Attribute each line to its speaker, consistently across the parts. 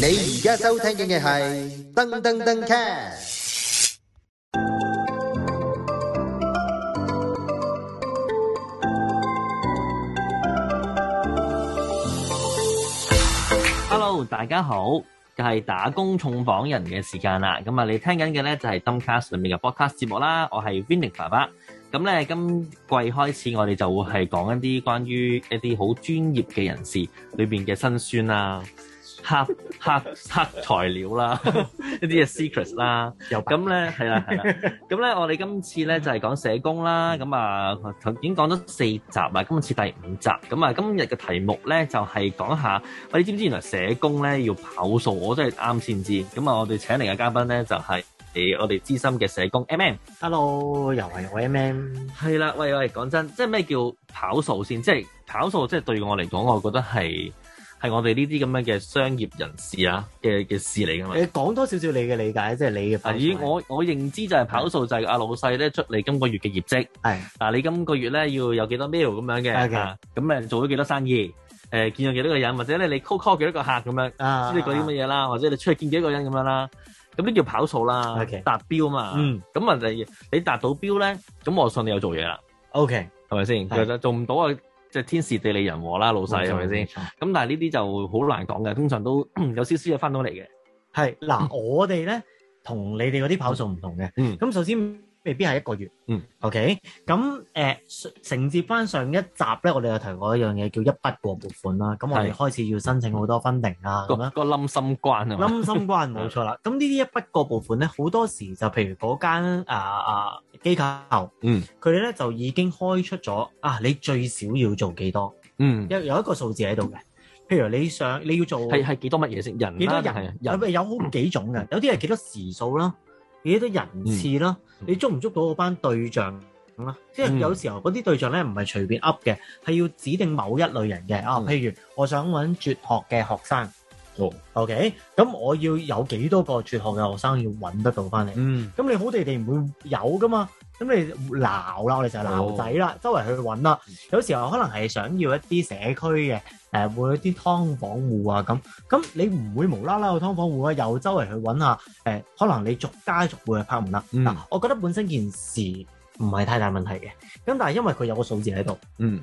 Speaker 1: 你而家收聽嘅係噔噔噔 cast。
Speaker 2: Hello，大家好，就係打工重榜人嘅時間啦。咁啊，你聽緊嘅咧就係 Dumbcast 裏面嘅 podcast 節目啦。我係 Vinny 爸爸。咁咧，今季開始我哋就會係講一啲關於一啲好專業嘅人士裏邊嘅辛酸啦、黑黑黑材料啦、 一啲嘅 secrets 啦。咁咧係啦係啦。咁咧我哋今次咧就係講社工啦。咁啊頭已經講咗四集啦，今次第五集。咁啊今日嘅題目咧就係講下。喂，你知唔知原來社工咧要跑數？我真係啱先知。咁啊，我哋請嚟嘅嘉賓咧就係、誒我哋資深嘅社工 M M。
Speaker 3: Hello，又係我 M M。
Speaker 2: 係啦，喂喂，講真，即係咩叫跑數先？即係跑數，即係對我嚟講，我覺得係係我哋呢啲咁樣嘅商業人士啊嘅嘅事嚟㗎嘛。
Speaker 3: 你講多少少你嘅理解，即係你嘅
Speaker 2: 啊！
Speaker 3: 範
Speaker 2: 咦，
Speaker 3: 圍。
Speaker 2: 我我認知就係跑數就係阿老細咧出你今個月嘅業績，
Speaker 3: 係
Speaker 2: 嗱你今個月咧要有幾多 mail 咁樣嘅，
Speaker 3: OK
Speaker 2: 啊咁誒做咗幾多生意，誒見咗幾多個人，或者咧你 call call 幾多個客咁樣。
Speaker 3: 啊，
Speaker 2: 知你講啲乜嘢啦，或者你出去見幾個人咁樣啦，咁呢叫跑數啦
Speaker 3: OK，
Speaker 2: 達標嘛。
Speaker 3: 嗯
Speaker 2: 咁啊，你你達到標咧，咁我信你有做嘢啦，
Speaker 3: ，OK，
Speaker 2: 係咪先？
Speaker 3: 係
Speaker 2: 其實做唔到啊，即係天時地利人和啦，老細係咪先？咁
Speaker 3: 冇錯？
Speaker 2: 但係呢啲就好難講嘅，通常都 有少少嘢翻到嚟嘅。
Speaker 3: 係嗱，我哋咧同你哋嗰啲跑數唔同嘅。
Speaker 2: 嗯
Speaker 3: 咁首先未必係一個月。
Speaker 2: 嗯
Speaker 3: ，OK。咁誒承接翻上一集咧，我哋有提過一樣嘢叫一筆過撥款啦。咁我
Speaker 2: 係
Speaker 3: 哋開始要申請好多分定啊，
Speaker 2: 個
Speaker 3: 咁樣。
Speaker 2: 個冧心關啊嘛，
Speaker 3: 冧 心關冇錯啦。咁呢啲一筆過撥款咧，好多時就譬如嗰間啊啊機構，
Speaker 2: 嗯，
Speaker 3: 佢哋咧就已經開出咗啊，你最少要做幾多，
Speaker 2: 嗯，
Speaker 3: 有有一個數字喺度嘅。譬如你想你要做
Speaker 2: 係啊係幾多乜嘢先？人
Speaker 3: 幾多
Speaker 2: 啦，係啊
Speaker 3: 人，
Speaker 2: 人
Speaker 3: 有有好幾種嘅，有啲係幾多時數啦，幾多人次啦，
Speaker 2: 嗯
Speaker 3: 你捉唔捉到嗰班對象啦？即係
Speaker 2: 嗯
Speaker 3: 有時候嗰啲對象咧唔係隨便噏嘅，係要指定某一類人嘅啊。
Speaker 2: 嗯
Speaker 3: 譬如我想揾輟學嘅學生。
Speaker 2: 哦
Speaker 3: OK，咁我要有幾多個輟學嘅學生要揾得到翻嚟？
Speaker 2: 嗯，
Speaker 3: 咁你好地地唔會有噶嘛？咁你鬧啦，我哋就係鬧仔啦，周圍去揾啦。有時候可能係想要一啲社區嘅，誒、會有啲劏房户啊咁。咁你唔會無啦啦去劏房户啊，又周圍去揾下誒、可能你逐家逐户去拍門啊啦。
Speaker 2: 嗯
Speaker 3: 嗱、我覺得本身件事唔係太大問題嘅，咁但係因為佢有個數字喺度。
Speaker 2: 嗯，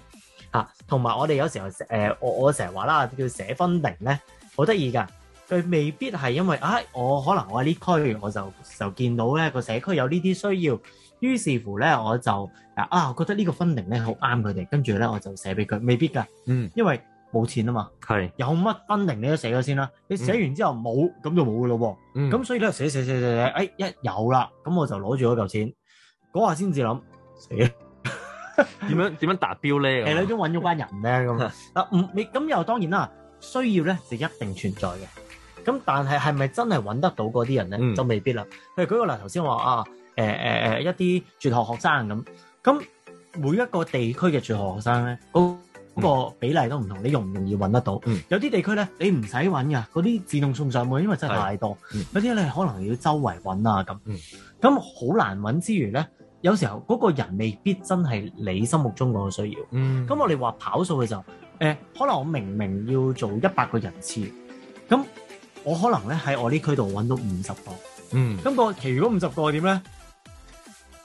Speaker 3: 嚇，同埋我哋有時候誒、呃我我成日話啦，叫寫分定咧，好得意㗎。佢未必係因為啊，我可能我喺呢區我就就見到咧個社區有呢啲需要，於是乎咧我就啊，我覺得呢個分定咧好啱佢哋，跟住咧我就寫俾佢，未必㗎。
Speaker 2: 嗯，
Speaker 3: 因為冇錢啊嘛，
Speaker 2: 係，
Speaker 3: 有乜分定你都寫咗先啦，你寫完之後冇，咁就冇㗎咯喎。
Speaker 2: 嗯，
Speaker 3: 咁所以咧寫寫寫寫寫，哎一有啦，咁我就攞住嗰嚿錢，嗰下先至諗死啦
Speaker 2: 點樣點樣達標啊咧？
Speaker 3: 係啦，都揾咗班人咧 咁。啊，唔你咁又當然啦，需要咧就一定存在嘅。咁但係係咪真係揾得到嗰啲人咧，
Speaker 2: 嗯
Speaker 3: 就未必啦。譬如舉個例，頭先話啊，誒誒誒，一啲輟學學生咁，咁每一個地區嘅輟學學生咧，嗰嗰個比例都唔同，你容唔容易揾得到？
Speaker 2: 嗯
Speaker 3: 有啲地區咧，你唔使揾㗎，嗰啲自動送上門，因為真係太多。
Speaker 2: 嗯
Speaker 3: 有啲咧可能要周圍揾啊咁
Speaker 2: 嗯。
Speaker 3: 咁好難揾之餘咧，有時候嗰個人未必真係你心目中嗰個需要。
Speaker 2: 嗯，
Speaker 3: 咁我哋話跑數嘅時候，誒、可能我明明要做一百個人次，咁我可能咧喺我呢區度揾到五十個，
Speaker 2: 嗯，
Speaker 3: 咁、個其餘嗰五十個點咧？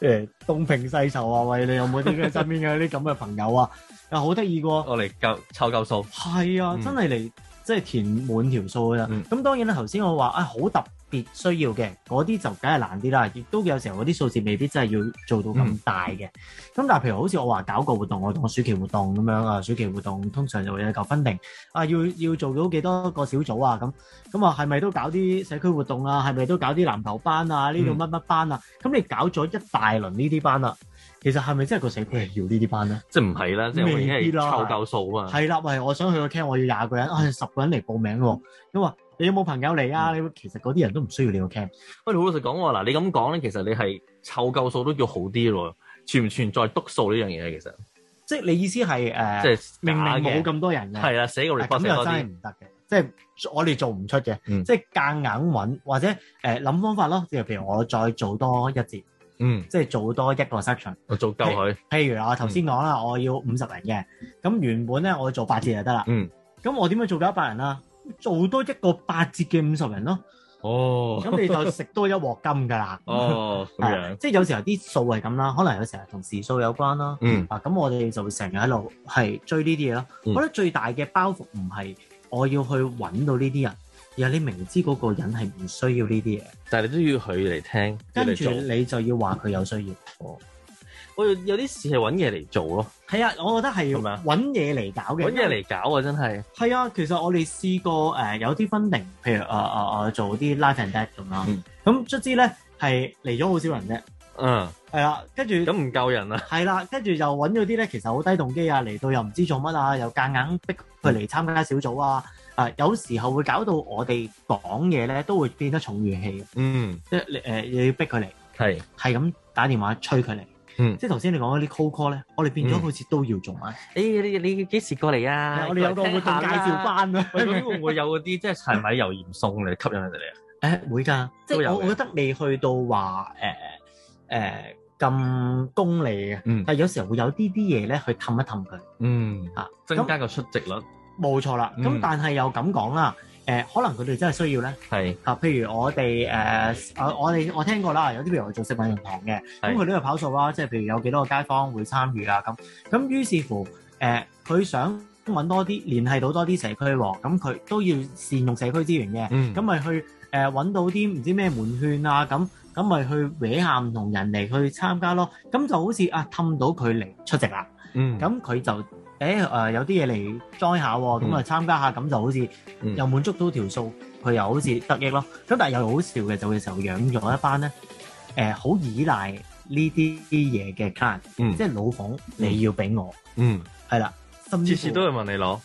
Speaker 3: 誒、東拼西湊啊！喂，你有冇啲身邊嘅啲咁嘅朋友啊？啊，好得意個，
Speaker 2: 我嚟夠湊夠數，
Speaker 3: 係啊，
Speaker 2: 嗯
Speaker 3: 真係嚟即係填滿條數㗎啦。
Speaker 2: 嗯
Speaker 3: 咁、當然啦，頭先我話啊，好特別需要嘅嗰啲就梗係難啲啦，亦都有時候嗰啲數字未必真係要做到
Speaker 2: 嗯
Speaker 3: 咁大嘅。咁、但係譬如好似我話搞個活動，我當暑期活動咁樣啊，暑期活動通常就會有嚿分定啊，要要做到幾多個小組啊咁。咁啊，係咪都搞啲社區活動啊？係咪都搞啲籃球班啊？呢度
Speaker 2: 嗯
Speaker 3: 乜乜班啊？咁、你搞咗一大輪呢啲班啦，其實係咪真係個社區係要呢啲班咧？啊
Speaker 2: 即係唔係啦，即係我已經
Speaker 3: 未
Speaker 2: 係
Speaker 3: 必啦
Speaker 2: 湊夠數啊嘛。
Speaker 3: 係啦，喂，我想去個 camp，我要廿個人，啊、十個人嚟報名喎。咁話你有冇朋友嚟
Speaker 2: 嗯
Speaker 3: 啊？你其實嗰啲人都唔需要你個 camp。
Speaker 2: 喂，你好老實講喎，嗱，你咁講咧，其實你係湊夠數都叫好啲咯，存唔存在督數呢樣嘢咧？其實
Speaker 3: 即係你意思係誒，
Speaker 2: 即係
Speaker 3: 明明
Speaker 2: 假嘅，
Speaker 3: 冇咁多人嘅，
Speaker 2: 係啦，寫個
Speaker 3: 啊
Speaker 2: report
Speaker 3: 咁
Speaker 2: 寫
Speaker 3: 就
Speaker 2: 多
Speaker 3: 真係
Speaker 2: 啲，
Speaker 3: 唔得嘅。即係我哋做唔出嘅，
Speaker 2: 嗯
Speaker 3: 即係夾硬揾或者誒諗、方法咯。即係譬如我再做多一節，即
Speaker 2: 嗯，
Speaker 3: 係做多一個 section。
Speaker 2: 我做夠 佢，
Speaker 3: 譬如啊我頭先講
Speaker 2: 嗯
Speaker 3: 啦，我要五十人嘅，咁原本咧我做八節就得啦。
Speaker 2: 嗯，
Speaker 3: 咁我點樣做夠一百人啊？做多一個八折嘅五十人咯，
Speaker 2: 哦，
Speaker 3: 咁你就食多一鑊金㗎啦。
Speaker 2: 哦，咁
Speaker 3: 係啊
Speaker 2: 樣，
Speaker 3: 即係有時候啲數係咁啦，可能有時候係同時數有關啦。
Speaker 2: 嗯，
Speaker 3: 啊，咁我哋就會成日喺度係追呢啲嘢咯。
Speaker 2: 嗯
Speaker 3: 我覺得最大嘅包袱唔係我要去揾到呢啲人，而係你明知嗰個人係唔需要呢啲嘢，
Speaker 2: 但係你都要佢嚟聽，要
Speaker 3: 跟
Speaker 2: 嚟
Speaker 3: 住
Speaker 2: 做。
Speaker 3: 你就要話佢有需要。
Speaker 2: 我有啲事係揾嘢嚟做咯，
Speaker 3: 係啊，我覺得係
Speaker 2: 係咪啊
Speaker 3: 揾嘢嚟搞嘅。
Speaker 2: 揾嘢嚟搞啊，真係。
Speaker 3: 係啊，其實我哋試過誒、呃有啲 funding，譬如誒誒誒做啲 live and dead 咁啦
Speaker 2: 嗯，
Speaker 3: 咁卒之咧係嚟咗好少人啫，
Speaker 2: 嗯，
Speaker 3: 係啦，跟住
Speaker 2: 咁唔夠人啊。
Speaker 3: 係啦，跟住就揾咗啲咧其實好低動機啊，嚟到又唔知做乜啊，又夾硬逼佢嚟參加小組啊，啊有時候會搞到我哋講嘢咧都會變得重語氣，
Speaker 2: 嗯，
Speaker 3: 即係你誒你要逼佢嚟，
Speaker 2: 係，
Speaker 3: 係咁打電話催佢嚟，
Speaker 2: 嗯
Speaker 3: 即係頭先你講嗰啲 call call 咧，我哋變咗
Speaker 2: 嗯
Speaker 3: 好似都要做埋，
Speaker 2: 誒，哎你你幾時過嚟啊？
Speaker 3: 我哋有個活動介紹
Speaker 2: 班。
Speaker 3: 班啊。
Speaker 2: 喂，咁會唔會有嗰啲即係柴米油鹽餸嚟吸引人哋嚟啊？
Speaker 3: 誒會㗎，即
Speaker 2: 都
Speaker 3: 係
Speaker 2: 有
Speaker 3: 我
Speaker 2: 嘅
Speaker 3: 我覺得未去到話誒誒咁功利嘅，啊
Speaker 2: 嗯
Speaker 3: 但係有時候會有啲啲嘢咧去氹一氹佢
Speaker 2: 嗯，
Speaker 3: 啊，
Speaker 2: 增加個出席率
Speaker 3: 冇錯啦。咁、
Speaker 2: 嗯
Speaker 3: 但係又咁講啦，誒、可能佢哋真係需要咧
Speaker 2: 係
Speaker 3: 啊，譬如我哋誒、呃我我哋我聽過啦，有啲譬如我做食品用堂嘅，
Speaker 2: 係
Speaker 3: 咁佢都有跑數啊啦，即係譬如有幾多個街坊會參與啊咁，咁於是乎誒佢、想揾多啲聯繫到多啲社區喎，咁佢都要善用社區資源嘅。
Speaker 2: 嗯
Speaker 3: 咁咪去誒揾、到啲唔知咩門券啊，咁咁咪去搲下唔同人嚟去參加咯。咁就好似啊氹到佢嚟出席啦，
Speaker 2: 嗯
Speaker 3: 咁佢就誒誒、呃有啲嘢嚟 join 下喎，咁啊參加下，咁就好似
Speaker 2: 嗯
Speaker 3: 又滿足到條數，佢又好似得益咯。咁但係又好笑嘅，就嘅時候養咗一班咧誒好依賴呢啲嘢嘅 client，、
Speaker 2: 嗯
Speaker 3: 即係老馮你要俾我
Speaker 2: 嗯，
Speaker 3: 係啦，甚至
Speaker 2: 次次
Speaker 3: 乎
Speaker 2: 都會問你攞。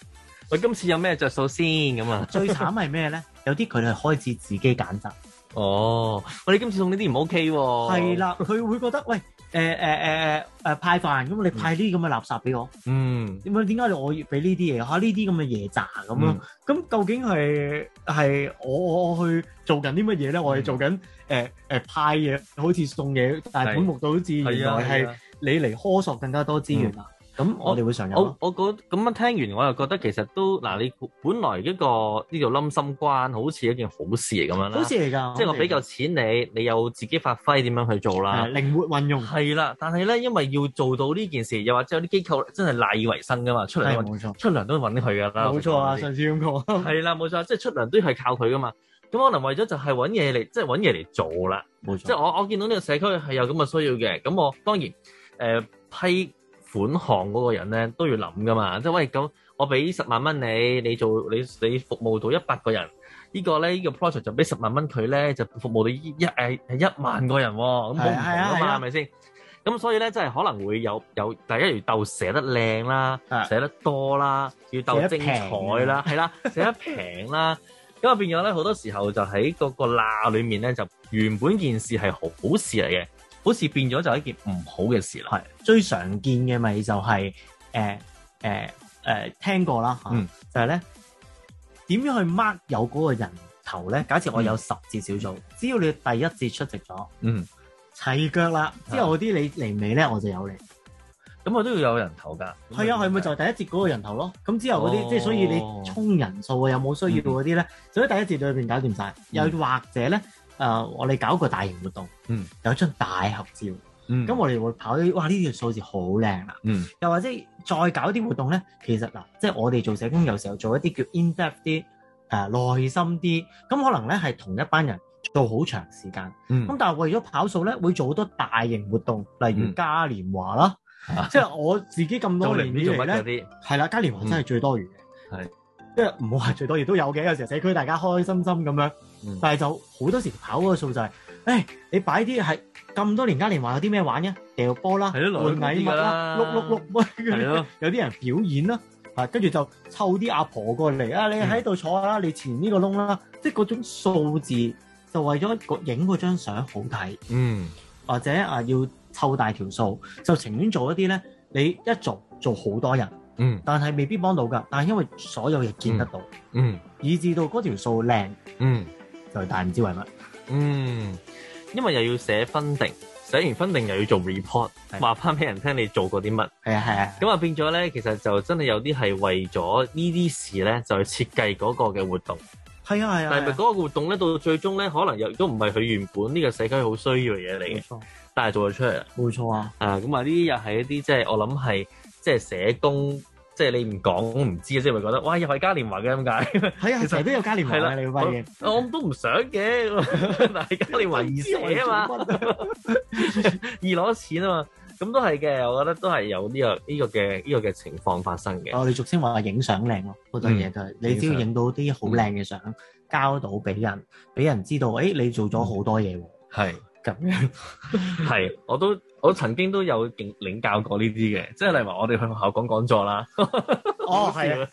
Speaker 2: 喂，今次有咩着數先咁啊？
Speaker 3: 最慘係咩咧？有啲佢哋開始自己揀擇。
Speaker 2: 哦，我哋今次送呢啲唔 OK 喎。
Speaker 3: 係，啦，佢會覺得喂誒誒誒誒誒派飯咁，你派呢啲咁嘅垃圾俾我，
Speaker 2: 嗯，
Speaker 3: 點解點解我要俾呢啲嘢嚇呢啲咁嘅嘢咋咁咯？咁究竟係係我我我去做緊啲乜嘢咧？我係做緊誒誒派嘢，好似送嘢，但係
Speaker 2: 係
Speaker 3: 本目到好似原
Speaker 2: 係啊，
Speaker 3: 來
Speaker 2: 係
Speaker 3: 係
Speaker 2: 啊。
Speaker 3: 你嚟苛索更加多資源啦。啊咁我哋會上癮
Speaker 2: 我
Speaker 3: 咯。
Speaker 2: 我覺咁樣聽完，我又覺得其實都嗱，你本來一個呢叫冧心關，好似一件好事嚟咁樣啦。
Speaker 3: 好似嚟㗎，
Speaker 2: 即係我
Speaker 3: 好似嚟㗎
Speaker 2: 俾嚿錢你，你有自己發揮點樣去做啦
Speaker 3: 係。靈活運用，
Speaker 2: 係啦，但係咧，因為要做到呢件事，又或者有啲機構真係賴以為生噶嘛，出
Speaker 3: 係
Speaker 2: 糧
Speaker 3: 冇錯，
Speaker 2: 出糧都揾佢噶啦。
Speaker 3: 冇錯啊！上次咁講，
Speaker 2: 係啦，冇錯，啊即係出糧都係靠佢噶嘛。咁可能為咗就係揾嘢嚟，即係揾嘢嚟做啦。
Speaker 3: 冇
Speaker 2: 即係
Speaker 3: 錯，
Speaker 2: 我我見到呢個社區係有咁嘅需要嘅，咁我當然誒、呃批款項嗰個人咧都要諗噶嘛。即係喂咁，我俾十萬蚊你，你做你你服務到一百個人，呢個咧呢個 project 就俾十萬蚊佢咧，就服務到一一誒一萬個人喎，咁好唔同
Speaker 3: 係啊係啊
Speaker 2: 啊
Speaker 3: 係啊
Speaker 2: 嘛，係咪先？咁所以咧，真係可能會有有第一要鬥寫得靚啦，
Speaker 3: 係
Speaker 2: 寫得多啦，要鬥
Speaker 3: 寫得
Speaker 2: 精
Speaker 3: 平
Speaker 2: 彩啦，係啦，寫得平啦。咁啊變咗咧，好多時候就喺嗰個罅裏面咧，就原本件事係好事嚟嘅，好似變咗就係一件唔好嘅事啦。
Speaker 3: 係最常見嘅咪就係誒誒誒聽過啦嚇，
Speaker 2: 嗯
Speaker 3: 就係咧點樣去 mark 有嗰個人頭咧？假設我有十節小組，只要你第一節出席咗，
Speaker 2: 嗯，
Speaker 3: 齊腳啦，
Speaker 2: 係
Speaker 3: 之後嗰啲你嚟未咧，我就有你。
Speaker 2: 咁我都要有人頭㗎。
Speaker 3: 係啊，係咪就係第一節嗰個人頭咯？咁之後嗰
Speaker 2: 哦嗯
Speaker 3: 啲即係所以你衝人數啊，有冇需要嗰啲咧？就喺第一節裏邊搞掂晒。又或者咧誒，我哋搞個大型活動，
Speaker 2: 嗯，
Speaker 3: 有張大合照，
Speaker 2: 嗯
Speaker 3: 咁我哋會跑啲哇呢條數字好靚啦。
Speaker 2: 嗯
Speaker 3: 又或者再搞啲活動咧，其實嗱，即係我哋做社工有時候做一啲叫 in depth 啲，誒、耐心啲，咁可能咧係同一班人做好長時間，
Speaker 2: 嗯
Speaker 3: 咁但係為咗跑數咧，會做好多大型活動，例如
Speaker 2: 嗯
Speaker 3: 嘉年華啦，即係我自己咁
Speaker 2: 到
Speaker 3: 多
Speaker 2: 嚟
Speaker 3: 年
Speaker 2: 唔知
Speaker 3: 以
Speaker 2: 做
Speaker 3: 嚟
Speaker 2: 乜嗰
Speaker 3: 咧，
Speaker 2: 啲，
Speaker 3: 係啦，嘉年華真係最多餘嘅，
Speaker 2: 嗯係
Speaker 3: 即係唔好話最多餘都有嘅，有時候社區大家開開心心咁樣，
Speaker 2: 嗯
Speaker 3: 但係就好多時跑嗰個數就係、誒你擺啲係咁多年嘉年華有啲咩玩嘅？掉波啦，
Speaker 2: 係咯
Speaker 3: 換禮物啦，
Speaker 2: 來嗰
Speaker 3: 碌
Speaker 2: 啲㗎啦
Speaker 3: 碌碌喂嗰啲
Speaker 2: 係咯，
Speaker 3: 有啲人表演啦，啊，跟住就湊啲阿婆過嚟啊，你喺度坐下啦，你前呢個窿啦，即係嗰種數字就為咗個影嗰張相好睇，
Speaker 2: 嗯
Speaker 3: 或者啊要湊大條數，就情願做一啲咧，你一做做好多人，
Speaker 2: 嗯
Speaker 3: 但係未必幫到㗎，但係因為所有嘢見得到，
Speaker 2: 嗯
Speaker 3: 以至到嗰條數靚，
Speaker 2: 嗯
Speaker 3: 就但係唔知為乜，
Speaker 2: 嗯，因為又要寫分定，寫完分定又要做 report，
Speaker 3: 係
Speaker 2: 話翻俾人聽你做過啲乜。
Speaker 3: 係啊係啊，
Speaker 2: 咁啊變咗咧，其實就真係有啲係為咗呢啲事咧，就去設計嗰個嘅活動。
Speaker 3: 係啊係啊，
Speaker 2: 但係咪嗰個活動咧，到最終咧，可能又都唔係佢原本呢個社區好需要嘅嘢嚟
Speaker 3: 冇
Speaker 2: 嘅，
Speaker 3: 錯
Speaker 2: 但係做咗出嚟啦。
Speaker 3: 冇錯啊，
Speaker 2: 啊，咁啊呢啲又係一啲即係我諗係即係社工，即係你唔講唔知啊嘅，即係會覺得哇又係嘉年華嘅咁解，
Speaker 3: 係啊，
Speaker 2: 其實
Speaker 3: 成日都有嘉年華
Speaker 2: 係啦
Speaker 3: 嘅你會發現，
Speaker 2: 我都唔想嘅，但係嘉年華二社啊嘛。
Speaker 3: 嘛，
Speaker 2: 易攞錢啊嘛，咁都係嘅，我覺得都係有呢、個呢、個嘅呢、個嘅情況發生嘅。
Speaker 3: 我哦哋俗稱話影相靚咯，好多嘢都
Speaker 2: 嗯
Speaker 3: 係，你只要影到啲好靚嘅相，交到俾人，俾人知道，誒你做咗好多嘢喎，
Speaker 2: 係
Speaker 3: 咁 樣
Speaker 2: 係，我都我曾經都有領領教過呢啲嘅，即係例如話我哋去學校講講座啦，
Speaker 3: 哦係啊，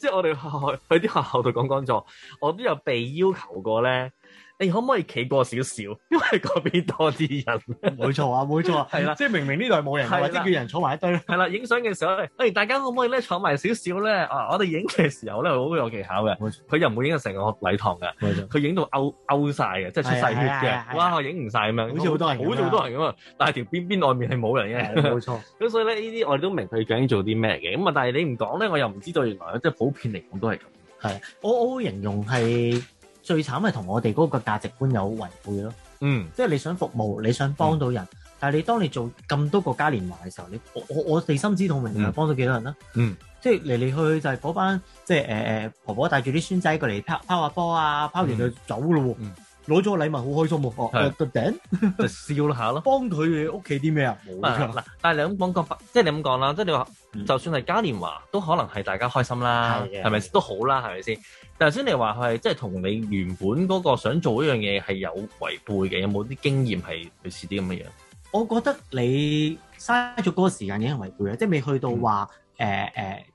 Speaker 2: 即係我哋學校去啲學校度講講座，我都有被要求過咧。你可唔可以企過少少？因為嗰邊多啲 人，
Speaker 3: 冇錯啊冇錯啊，
Speaker 2: 係啦
Speaker 3: 即係明明呢度係冇人
Speaker 2: 係
Speaker 3: 嘅，
Speaker 2: 啦
Speaker 3: 或者叫人坐埋一堆，
Speaker 2: 係啦，影相嘅時候咧，誒、大家可唔可以咧坐埋少少咧？啊，我哋影嘅時候咧，好有技巧嘅
Speaker 3: 冇錯，
Speaker 2: 佢又唔會影到成個禮堂嘅。
Speaker 3: 冇 錯，
Speaker 2: 佢影到勾勾晒嘅，即係出晒血
Speaker 3: 係啊係啊係啊
Speaker 2: 嘅，哇！影唔晒咁樣，
Speaker 3: 好似好多人咁啊啊
Speaker 2: 好似好多人咁啊！但係條邊邊外面係冇人嘅，
Speaker 3: 冇錯，
Speaker 2: 咁所以咧呢啲我哋都明佢究竟做啲咩嘅，咁啊但係你唔講咧，我又唔知道原來即係普遍嚟講都係咁，
Speaker 3: 我我會形容係最慘係同我哋嗰個價值觀有違背咯。
Speaker 2: 嗯
Speaker 3: 即係你想服務，你想幫到人，但係你當你做咁多個嘉年華嘅時候，你我我我哋心知肚明，
Speaker 2: 嗯
Speaker 3: 係幫到幾多人啦？
Speaker 2: 嗯，
Speaker 3: 即係嚟嚟去去就係嗰班即係誒誒婆婆帶住啲孫仔過嚟拋拋下波啊，拋完就走咯喎
Speaker 2: 嗯，
Speaker 3: 攞咗個禮物好開心喎，哦
Speaker 2: 係
Speaker 3: 誒個頂
Speaker 2: 就笑下咯。
Speaker 3: 幫佢哋屋企啲咩啊？冇
Speaker 2: 嗱
Speaker 3: 㗎，
Speaker 2: 嗱，但係你咁講講，即係你咁講啦，即係你話
Speaker 3: 嗯，
Speaker 2: 就算係嘉年華，都可能係大家開心啦，
Speaker 3: 係嘅
Speaker 2: 係咪都好啦，係咪先？但係頭先你話佢係即係同你原本嗰個想做嗰樣嘢係有違背嘅，有冇啲經驗係類似啲咁嘅嘢？
Speaker 3: 我覺得你嘥咗嗰個時間已經係違背啦，即係未去到
Speaker 2: 嗯
Speaker 3: 話誒誒，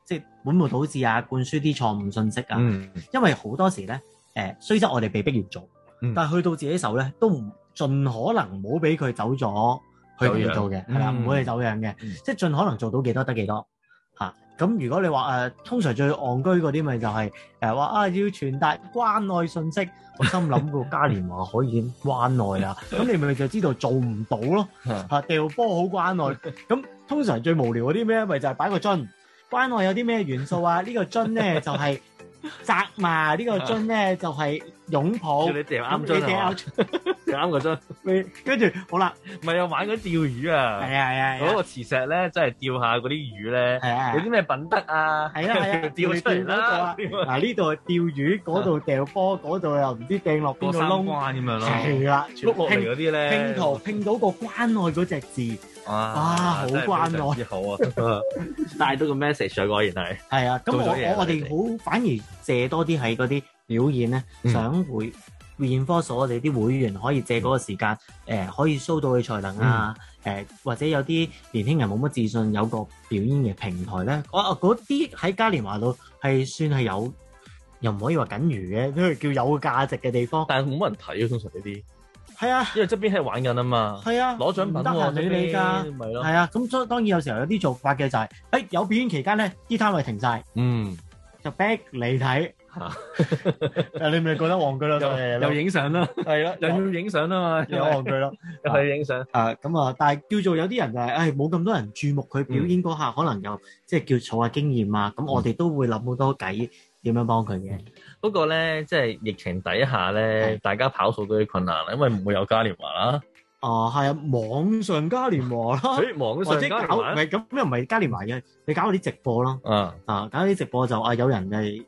Speaker 3: 即係本末倒置啊，灌輸啲錯誤信息啊。
Speaker 2: 嗯，
Speaker 3: 因為好多時咧，誒、雖則我哋被逼要做，
Speaker 2: 嗯
Speaker 3: 但係去到自己手咧，都唔盡可能唔好俾佢走咗去
Speaker 2: 走
Speaker 3: 邊
Speaker 2: 樣
Speaker 3: 度嘅，係啦，
Speaker 2: 嗯
Speaker 3: 唔好去走樣嘅，
Speaker 2: 嗯
Speaker 3: 即係盡可能做到幾多得幾多嚇。咁、如果你話誒、呃通常最戇居嗰啲咪就係誒話啊，要傳達關愛信息，我心諗個嘉年華可以關愛啊啦，咁你咪就知道做唔到咯
Speaker 2: 嗯
Speaker 3: 嚇，掉波好關 愛。咁通常最無聊嗰啲咩，咪就係擺個樽。關愛有啲咩元素啊？呢、個樽咧就係責罵，呢、個樽咧就係擁 抱。
Speaker 2: 你掟啱
Speaker 3: 咁
Speaker 2: 咗
Speaker 3: 你掟
Speaker 2: 啦，
Speaker 3: out
Speaker 2: 掟啱個樽。
Speaker 3: 你跟住好啦，
Speaker 2: 咪又玩嗰釣魚啊！
Speaker 3: 係啊係啊係
Speaker 2: 嗰
Speaker 3: 啊
Speaker 2: 個磁石咧，真係釣下嗰啲魚咧，
Speaker 3: 係啊
Speaker 2: 有啲咩品德啊？
Speaker 3: 係啊係啊
Speaker 2: 釣出嚟啦，
Speaker 3: 嗱呢度係釣魚，嗰度掉波，嗰度又唔知掟落 邊
Speaker 2: 過
Speaker 3: 個
Speaker 2: 三
Speaker 3: 窿，
Speaker 2: 關咁樣咯，
Speaker 3: 係啦，
Speaker 2: 碌落嚟嗰啲咧，
Speaker 3: 拼圖拼到個關愛嗰隻字，
Speaker 2: 啊
Speaker 3: 哇
Speaker 2: 哇
Speaker 3: 好
Speaker 2: 真係
Speaker 3: 關
Speaker 2: 非常
Speaker 3: 我
Speaker 2: 之好啊！ 帶到個 message 上果然係，
Speaker 3: 係啊。咁
Speaker 2: 做
Speaker 3: 我
Speaker 2: 咗嘢啦
Speaker 3: 我我
Speaker 2: 你
Speaker 3: 哋好反而借多啲喺嗰啲表演咧，
Speaker 2: 嗯
Speaker 3: 想會 reinforce 我哋啲會員可以借嗰個時間，誒、
Speaker 2: 嗯
Speaker 3: 可以 show 到佢才能啊，誒、或者有啲年輕人冇乜自信，有個表演嘅平台咧，我我嗰啲喺嘉年華度係算係有，又唔可以話僅餘嘅， 都係叫有價值嘅地方。
Speaker 2: 但係冇乜人睇啊，通常呢啲，
Speaker 3: 係啊，
Speaker 2: 因為側邊係玩緊啊嘛，
Speaker 3: 係啊，
Speaker 2: 攞獎品
Speaker 3: 唔得
Speaker 2: 喎，
Speaker 3: 閒理你㗎。
Speaker 2: 側邊咪咯，
Speaker 3: 係啊，咁所以當然有時候有啲做法嘅就係、誒、有表演期間咧，啲攤位停晒，
Speaker 2: 嗯，
Speaker 3: 就逼你睇
Speaker 2: 嚇，
Speaker 3: 但你咪覺得戇居咯，對你嚟
Speaker 2: 又
Speaker 3: 講
Speaker 2: 啊影相啦，
Speaker 3: 係咯，
Speaker 2: 又要影相啊嘛，
Speaker 3: 又戇居咯。
Speaker 2: 又係影相，
Speaker 3: 啊，咁啊，但係叫做有啲人就係、唉，冇咁多人注目佢表
Speaker 2: 嗯
Speaker 3: 演嗰下，可能又即係叫儲下經驗啊。咁我哋都會諗好多計點樣幫佢嘅。
Speaker 2: 不過咧，即係疫情底下咧，
Speaker 3: 係
Speaker 2: 大家跑數都有啲困難啦，因為唔會有嘉年華啦，
Speaker 3: 哦，係啊，網上嘉年 華啦，
Speaker 2: 誒，網
Speaker 3: 或
Speaker 2: 上
Speaker 3: 者
Speaker 2: 嘉
Speaker 3: 搞
Speaker 2: 年
Speaker 3: 唔
Speaker 2: 華呢
Speaker 3: 係咁又唔係嘉年華嘅，你搞嗰啲直播咯。
Speaker 2: 啊。
Speaker 3: 啊，搞啲直播就啊有人係誒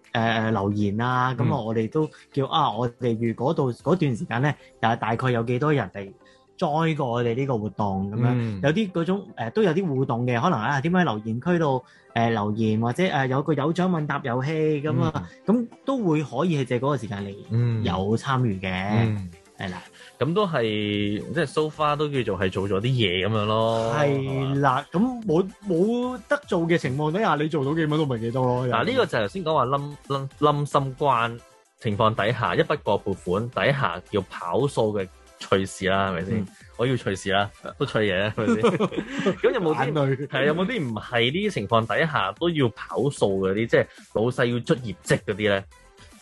Speaker 3: 誒留言啊，咁啊
Speaker 2: 嗯
Speaker 3: 我哋都叫啊，我哋預嗰度嗰段時間咧，又大概有幾多人嚟 join 過我哋呢個活動咁樣。
Speaker 2: 嗯
Speaker 3: 有啲嗰種、呃、都有啲互動嘅，可能啊點解留言區度誒、呃留言或者誒、呃有個有獎問答遊戲咁啊，咁、都會可以係借嗰個時間嚟
Speaker 2: 嗯
Speaker 3: 有參與嘅，
Speaker 2: 嗯
Speaker 3: 係啦、
Speaker 2: 咁都係即係 so far 都叫做係做咗啲嘢咁樣咯，係
Speaker 3: 係
Speaker 2: 嘛
Speaker 3: 啦，咁冇冇得做嘅情況底下，你做到幾蚊都唔係幾多咯。
Speaker 2: 嗱呢個就係頭先講話冧冧冧心關情況底下，一筆過撥款底下要跑數嘅趣事啦，係咪先
Speaker 3: 嗯？
Speaker 2: 我要趣事啦，都趣嘢啦，係咪先？咁有冇
Speaker 3: 眼
Speaker 2: 啲
Speaker 3: 淚
Speaker 2: 係有冇啲唔係呢啲情況底下都要跑數嗰啲，即係老細要出業績嗰啲咧？
Speaker 3: 誒、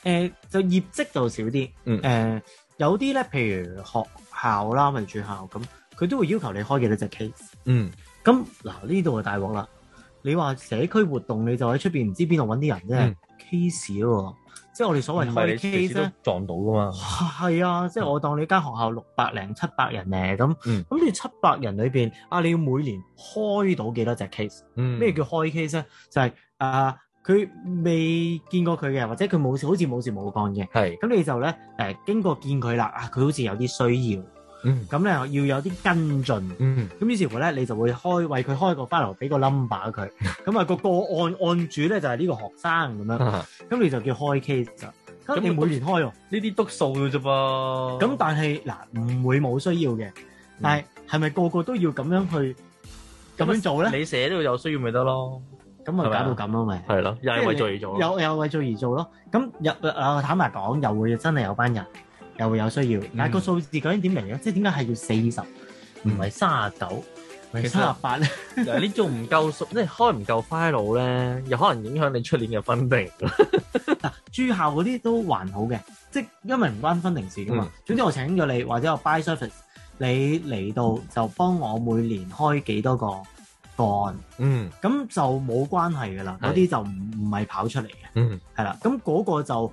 Speaker 3: 呃就業績就少啲，誒、
Speaker 2: 嗯
Speaker 3: 有啲咧，譬如學校啦、民住校咁，佢都會要求你開幾多隻 case。
Speaker 4: 嗯，
Speaker 3: 咁嗱呢度就大鑊啦！你話社區活動，你就喺出邊唔知邊度揾啲人啫、
Speaker 4: 嗯
Speaker 3: case 喎，即係我哋所謂
Speaker 2: 唔係你
Speaker 3: 開
Speaker 2: 隨
Speaker 3: case 啊
Speaker 2: 時都嗯
Speaker 3: 咧。
Speaker 2: 撞到噶嘛？
Speaker 3: 係啊，即係我當你間學校六百零七百人咧，咁
Speaker 4: 嗯
Speaker 3: 咁你七百人裏邊啊，你要每年開到幾多隻 case？
Speaker 4: 嗯
Speaker 3: 咩叫開 case 咧？就係、啊，佢未見過佢嘅，或者佢冇事，好似冇事冇幹嘅。
Speaker 4: 係
Speaker 3: 咁你就呃咧誒、經過見佢啦，啊佢好似有啲需要，
Speaker 4: 嗯
Speaker 3: 咁咧要有啲跟進。
Speaker 4: 嗯
Speaker 3: 咁於是乎咧，你就會開為佢開個 file，俾個 number 佢。咁啊個個案案主咧就係呢個學生咁
Speaker 4: 啊
Speaker 3: 樣，咁你就叫開 case 啦。嗯咁你每年開喎，
Speaker 2: 呢啲篤數嘅啫噃。
Speaker 3: 咁嗯但係嗱唔會冇需要嘅，但係係咪個個都要咁樣去咁樣做咧？
Speaker 2: 你寫都有需要咪得咯？
Speaker 3: 咁咪
Speaker 2: 係咪啊
Speaker 3: 搞到咁咯咪？
Speaker 2: 係咯，又係為做而做咯。
Speaker 3: 有有為做而做咯。咁有啊坦白講，又會真係有班人又會有需要，但
Speaker 2: 嗯
Speaker 3: 係個數字究竟點嚟咧？即係點解係要四十，唔係三十九，唔係
Speaker 2: 其實
Speaker 3: 三十八 咧？
Speaker 2: 嗱呢種唔夠數，即係開唔夠 file 咧，有可能影響你出年嘅分定。
Speaker 3: 住校嗰啲都還好嘅，即係因為唔關分定事噶嘛。
Speaker 2: 嗯
Speaker 3: 總之我請咗你，或者我 buy service，你嚟到就幫我每年開幾多個個案，
Speaker 4: 嗯
Speaker 3: 咁就冇關係噶啦。
Speaker 2: 係
Speaker 3: 嗰啲就唔唔係跑出嚟嘅，
Speaker 4: 嗯
Speaker 3: 係啦。咁嗰個就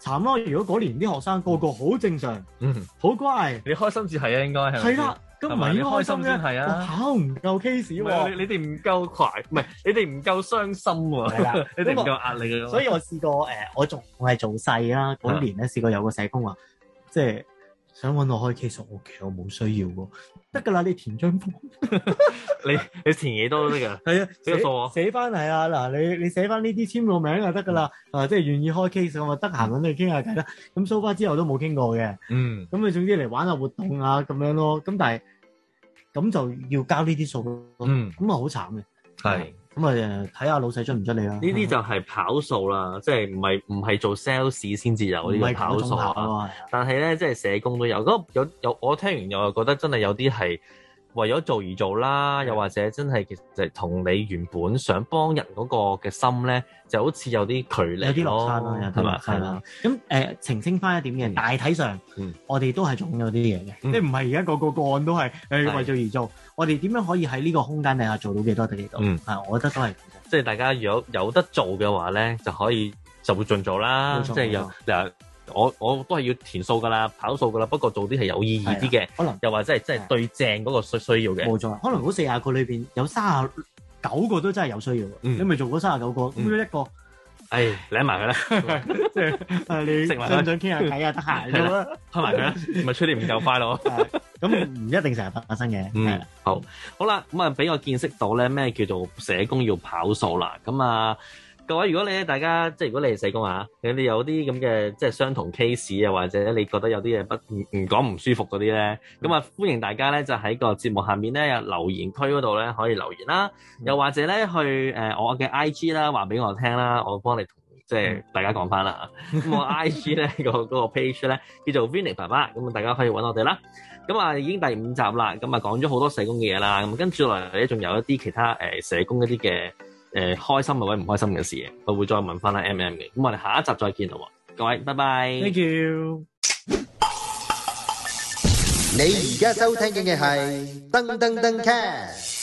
Speaker 3: 慘咯。如果嗰年啲學生個個好正常、
Speaker 4: 嗯
Speaker 3: 好乖，
Speaker 2: 你開心至係啊，應該係咪先
Speaker 3: 係啦，咁
Speaker 2: 係
Speaker 3: 唔
Speaker 2: 咪
Speaker 3: 係
Speaker 2: 你
Speaker 3: 應該開
Speaker 2: 開
Speaker 3: 心
Speaker 2: 心先
Speaker 3: 嘅。
Speaker 2: 係
Speaker 3: 我
Speaker 2: 啊。
Speaker 3: 考唔
Speaker 2: 唔
Speaker 3: 夠 case
Speaker 2: 係你
Speaker 3: 喎，
Speaker 2: 你哋唔夠快，唔係你哋唔夠傷心 喎，
Speaker 3: 係啦。
Speaker 2: 你哋唔夠壓力嘅。
Speaker 3: 啊
Speaker 2: 啊
Speaker 3: 所以我試過誒、呃我仲我係做細啦，嗰年咧試過有個社工話，即係想揾我開 case，我其實我冇需要喎，得㗎啦，你填張 form
Speaker 2: 你你填嘢都得㗎，
Speaker 3: 係啊，
Speaker 2: 俾個數我
Speaker 3: 寫翻係啊，嗱你你寫翻呢啲簽個名就得㗎啦，
Speaker 2: 嗯
Speaker 3: 啊即係願意開 case 咁啊，得閒揾你傾下偈啦。咁 so far 之後都冇傾過嘅，
Speaker 4: 嗯
Speaker 3: 咁你總之嚟玩下活動啊咁樣咯，咁但係咁就要交呢啲數咯，咁
Speaker 4: 嗯，
Speaker 3: 啊好慘嘅，
Speaker 4: 係。
Speaker 3: 咁啊誒睇下老細出唔出你啦。
Speaker 2: 呢
Speaker 3: 呢
Speaker 2: 啲就係跑數啦，即係唔係唔係做 sales 先至有
Speaker 3: 唔
Speaker 2: 呢個
Speaker 3: 係
Speaker 2: 跑
Speaker 3: 講
Speaker 2: 數
Speaker 3: 中考
Speaker 2: 啊。
Speaker 3: 啊，
Speaker 2: 但係咧，即係社工都有。咁有有，我聽完又覺得真係有啲係為咗做而做
Speaker 3: 嗯
Speaker 2: 啦，又或者真係其實同你原本想幫人嗰個嘅心咧，就好似有啲距
Speaker 3: 有
Speaker 2: 離
Speaker 3: 啲落
Speaker 2: 咯，
Speaker 3: 差啦，有啲
Speaker 2: 係
Speaker 3: 落
Speaker 2: 嘛？
Speaker 3: 差
Speaker 2: 係
Speaker 3: 啦
Speaker 2: 啦，。
Speaker 3: 咁誒、呃澄清翻一點
Speaker 2: 嗯
Speaker 3: 嘅，大體上，
Speaker 2: 嗯
Speaker 3: 我哋都係做緊有啲嘢嘅，
Speaker 4: 嗯
Speaker 3: 即係唔係而家個個個案都係
Speaker 2: 係
Speaker 3: 誒為做而做。我哋點樣可以喺呢個空間底下做到幾多得幾多？
Speaker 4: 嗯
Speaker 3: 啊，我覺得都係咁嘅。
Speaker 2: 即係大家如果有得做嘅話咧，就可以就會盡做啦。
Speaker 3: 冇
Speaker 2: 即
Speaker 3: 錯
Speaker 2: 係
Speaker 3: 冇
Speaker 2: 有嗱，我我都係要填數㗎啦，跑數㗎啦。不過做啲係有意義啲嘅，
Speaker 3: 啊可能
Speaker 2: 又或者係真係對正嗰個需需要嘅。
Speaker 3: 冇錯，可能嗰四廿個裏邊有三十九個都真係有需要嘅。
Speaker 4: 嗯
Speaker 3: 你咪做嗰三十九個，咁、
Speaker 4: 嗯
Speaker 3: 一個
Speaker 2: 唉，舐埋佢啦，
Speaker 3: 即係啊你
Speaker 2: 食埋佢
Speaker 3: 想唔想傾下偈啊？得閒 咁啊，
Speaker 2: 開埋佢 啦，咪出你唔夠快咯。
Speaker 3: 咁唔一定成日發生嘅。
Speaker 4: 嗯
Speaker 3: 係啦
Speaker 2: 好啦，咁啊俾我見識到咧咩叫做社工要跑數啦。咁啊，各位如果你咧大家即係如果你係社工啊，你哋有啲咁嘅即係相同 case 啊，或者你覺得有啲嘢不唔唔講唔舒服嗰啲咧，咁啊歡迎大家咧就喺個節目下面咧有留言區嗰度咧可以留言啦，
Speaker 4: 嗯
Speaker 2: 又或者咧去誒、呃我嘅 IG 啦，話俾我聽啦，我幫你同。即係大家講翻啦，咁我 I G 咧個嗰個 page 咧叫做 Vinny 爸爸，咁啊大家可以揾我哋啦。咁啊，已經第五集啦，咁啊講咗好多社工嘅嘢啦，咁跟住落嚟咧，仲有一啲其他誒、呃社工一啲嘅誒開心或者唔開心嘅事嘅，我會再問翻啦 M M 嘅。咁我哋下一集再見啦喎，各位，拜拜。
Speaker 3: ，thank you。
Speaker 1: 你而家收聽嘅係噔噔噔 cast。